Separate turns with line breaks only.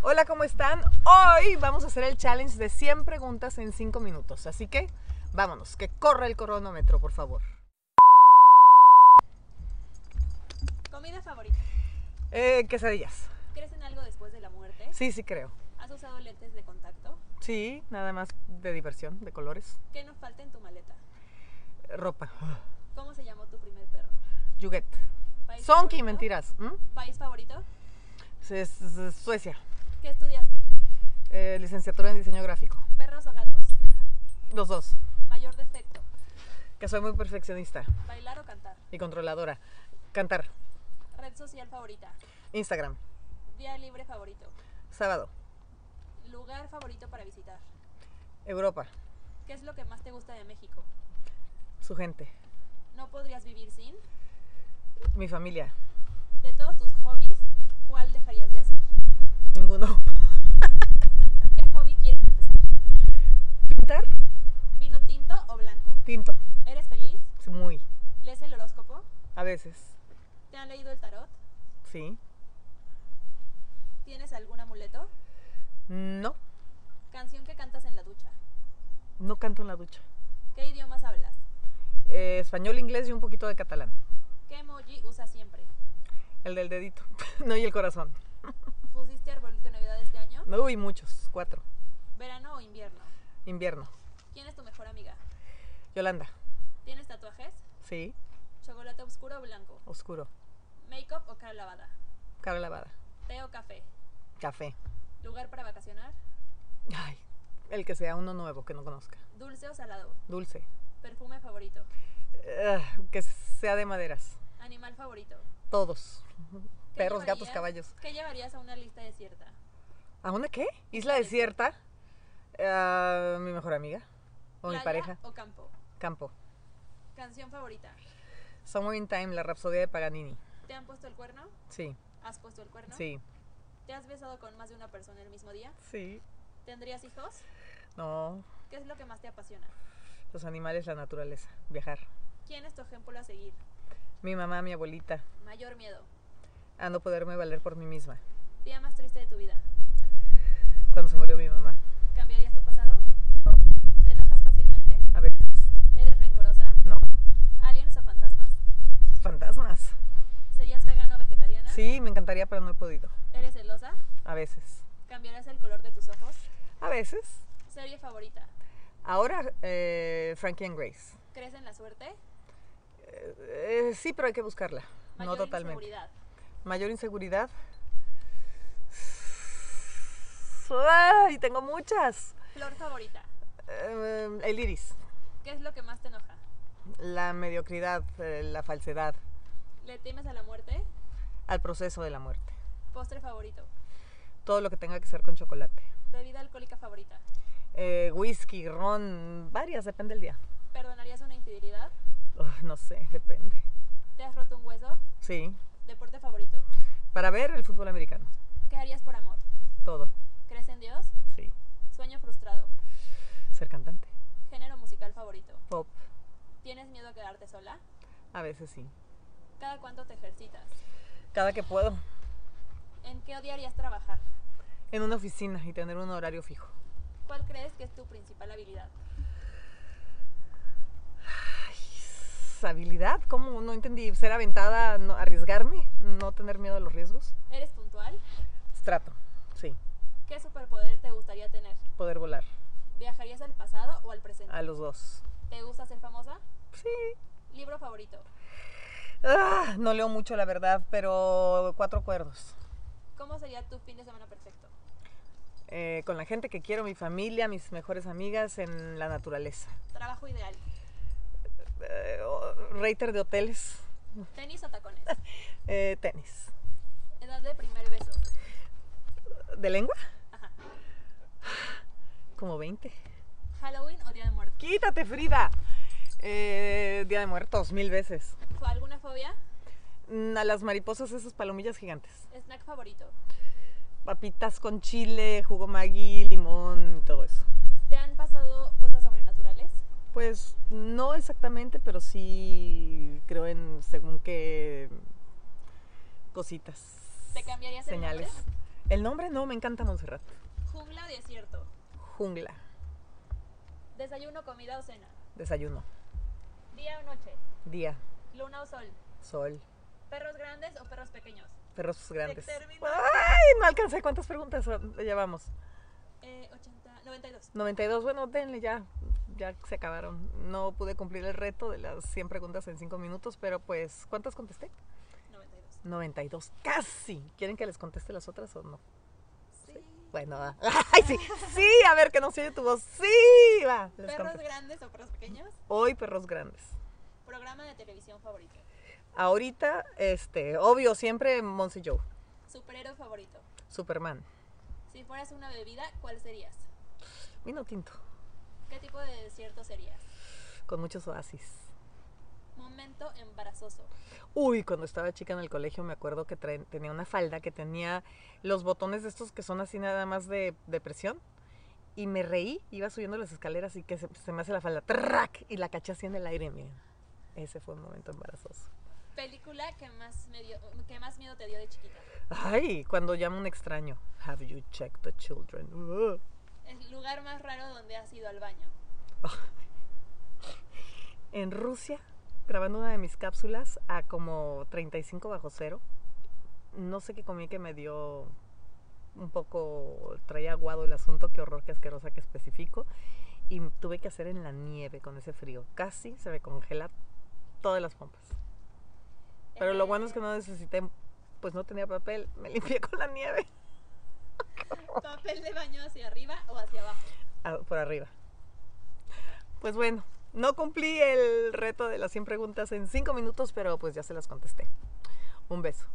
Hola, ¿cómo están? Hoy vamos a hacer el challenge de 100 preguntas en 5 minutos. Así que vámonos, que corra el cronómetro, por favor.
Comida favorita.
Eh, quesadillas.
¿Crees en algo después de la muerte?
Sí, sí creo.
¿Has usado lentes de contacto?
Sí, nada más de diversión, de colores.
¿Qué no falta en tu maleta?
Ropa.
¿Cómo se llamó tu primer perro?
Yuget.
¿País
Sonki,
favorito?
mentiras. ¿Mm? ¿m?
¿País favorito?
Se- se- se- Suecia.
¿Qué estudiaste?
Eh, licenciatura en diseño gráfico.
¿Perros o gatos?
Los dos.
¿Mayor defecto?
Que soy muy perfeccionista
¿Bailar o cantar?
y controladora. Cantar.
¿Red social favorita?
Instagram.
¿Día libre favorito?
Sábado.
¿Lugar favorito para visitar?
Europa.
¿Qué es lo que más te gusta de México?
Su gente.
¿No podrías vivir sin?
Mi familia.
De todos tus hobbies, ¿cuál dejarías de hacer?
Ninguno.
¿Qué hobby quieres empezar?
Pintar.
¿Vino tinto o blanco?
Tinto.
¿Eres feliz?
Sí, Muy.
¿Lees el horóscopo?
A veces.
¿Te han leído el tarot?
Sí.
¿Tienes algún amuleto?
No.
Canción que cantas en la ducha.
No canto en la ducha.
¿Qué idiomas hablas?
Eh, español, inglés y un poquito de catalán.
¿Qué emoji usas siempre?
El del dedito. No, y el corazón.
¿Pusiste arbolito de Navidad este año?
No, y muchos. Cuatro.
¿Verano o invierno?
Invierno.
¿Quién es tu mejor amiga?
Yolanda.
¿Tienes tatuajes?
Sí.
¿Chocolate oscuro o blanco?
Oscuro.
¿Makeup o cara lavada?
Cara lavada.
¿Té o café?
Café.
¿Lugar para vacacionar?
Ay. El que sea uno nuevo que no conozca.
¿Dulce o salado?
Dulce.
¿Perfume favorito?
Eh, que sea de maderas.
¿Animal favorito?
Todos.
¿Qué
Perros, gatos,
llevarías-
caballos.
¿Qué llevarías a una lista desierta?
¿A una qué? Isla desierta. Eh, mi mejor amiga. O mi
¿Playa
pareja.
o campo?
Campo.
¿Canción favorita?
Somewhere in Time, la Rapsodia de Paganini.
¿Te han puesto el cuerno?
Sí,
¿Has puesto el cuerno?
sí,
¿Te has besado con más de una persona el mismo día?
sí.
¿Tendrías hijos?
No,
¿Qué es lo que más te apasiona?
los animales, la naturaleza, viajar.
¿Quién es tu ejemplo a seguir?
Mi mamá, mi abuelita,
Mayor miedo.
a no poderme valer por mí misma.
Día más triste de tu vida.
Cuando se murió mi mamá,
¿Cambiarías tu pasado? ¿Te enojas fácilmente?
a veces.
¿Eres rencorosa?
No,
¿Aliens o fantasmas?
fantasmas.
¿Serías vegano o vegetariana?
Sí, me encantaría, pero no he podido.
¿Eres celosa?
A veces.
¿Cambiarás el color de tus ojos?
A veces.
¿Serie favorita?
Ahora, eh, Frankie and Grace.
¿Crees en la suerte?
Eh, eh, sí, pero hay que buscarla. no
¿Mayor
totalmente.
inseguridad?
Mayor inseguridad. ¡Ay! Tengo muchas.
¿Flor favorita?
Eh, el iris.
¿Qué es lo que más te enoja?
la mediocridad, eh, la falsedad,
¿Le temes a la muerte?
al proceso de la muerte.
¿Postre favorito?
Todo lo que tenga que ser con chocolate.
¿Bebida alcohólica favorita?
Eh, whisky, ron, varias, depende del día.
¿Perdonarías una infidelidad?
Uf, no sé, depende.
¿Te has roto un hueso?
Sí.
¿Deporte favorito?
Para ver el fútbol americano.
¿Qué harías por amor?
Todo.
¿Crees en Dios?
Sí.
Sueño frustrado.
Ser cantante.
Género musical favorito.
Pop.
¿Tienes miedo a quedarte sola?
A veces sí.
¿Cada cuánto te ejercitas?
Cada que puedo.
¿En qué odiarías trabajar?
En una oficina y tener un horario fijo.
¿Cuál crees que es tu principal habilidad?
Habilidad, ¿cómo? No entendí. Ser aventada, no- arriesgarme, no tener miedo a los riesgos.
¿Eres puntual?
Trato, sí.
¿Qué superpoder te gustaría tener?
Poder volar.
¿Viajarías al pasado o al presente?
A los dos.
¿Te gusta ser famosa?
Sí,
¿Libro favorito?
Ah, no leo mucho, la verdad, pero cuatro cuerdos.
¿Cómo sería tu fin de semana perfecto?
Eh, con la gente que quiero, mi familia, mis mejores amigas, en la naturaleza.
¿Trabajo ideal?
Eh, o- rater de hoteles,
¿Tenis o tacones?
eh, tenis.
¿Edad de primer beso?
¿De lengua?
Ajá.
Como 20.
¿Halloween o Día de Muertos?
Quítate, Frida. Eh, Día de Muertos, mil veces.
¿Fue ¿Alguna fobia?
Mm, A las mariposas, esas palomillas gigantes.
¿Snack favorito?
Papitas con chile, jugo magui, limón, todo eso.
¿Te han pasado cosas sobrenaturales?
Pues no exactamente, pero sí creo en según qué cositas.
¿Te cambiarías el
Señales.
nombre?
El nombre no, me encanta Montserrat.
Jungla o desierto.
Jungla.
Desayuno, comida o cena.
Desayuno.
Día o noche.
Día.
Luna o sol.
Sol.
¿Perros grandes o perros pequeños?
Perros grandes.
terminó.
Ay, no alcancé. ¿Cuántas preguntas llevamos?
Eh, 80, 92.
92. Bueno, denle ya. Ya se acabaron. No pude cumplir el reto de las 100 preguntas en 5 minutos, pero pues, ¿cuántas contesté?
92.
92. Casi. ¿Quieren que les conteste las otras o no?
Sí.
Bueno, va. Ay, sí. Sí, a ver que no se oye tu voz. Sí, va. les
¿Perros
contesto.
grandes o perros pequeños?
Hoy perros grandes.
Programa de televisión favorito.
Ahorita, este, obvio, siempre Monse Joe,
Superhéroe favorito.
Superman,
Si fueras una bebida, ¿cuál serías?
vino tinto,
¿Qué tipo de desierto serías?
con muchos oasis.
Momento embarazoso.
Uy, cuando estaba chica en el colegio me acuerdo que traen- tenía una falda que tenía los botones de estos que son así nada más de, de presión. Y me reí, iba subiendo las escaleras y que se, se me hace la falda, ¡trac! y la caché así en el aire, miren. Ese fue un momento embarazoso.
Película que más, me dio- que más miedo te dio de chiquita.
Ay, cuando llama un extraño. Have you checked the children? Uh.
El lugar más raro donde has ido al baño.
en Rusia grabando una de mis cápsulas a como 35 bajo cero. No sé qué comí que me dio un poco, traía aguado el asunto, qué horror, qué asquerosa que especifico. Y tuve que hacer en la nieve con ese frío. Casi se me congela todas las pompas. Pero lo bueno es que no necesité, pues no tenía papel, me limpié con la nieve
Eh, Papel de baño hacia arriba o hacia abajo.
a- por arriba. Pues bueno, no cumplí el reto de las 100 preguntas en 5 minutos, pero pues ya se las contesté. Un beso.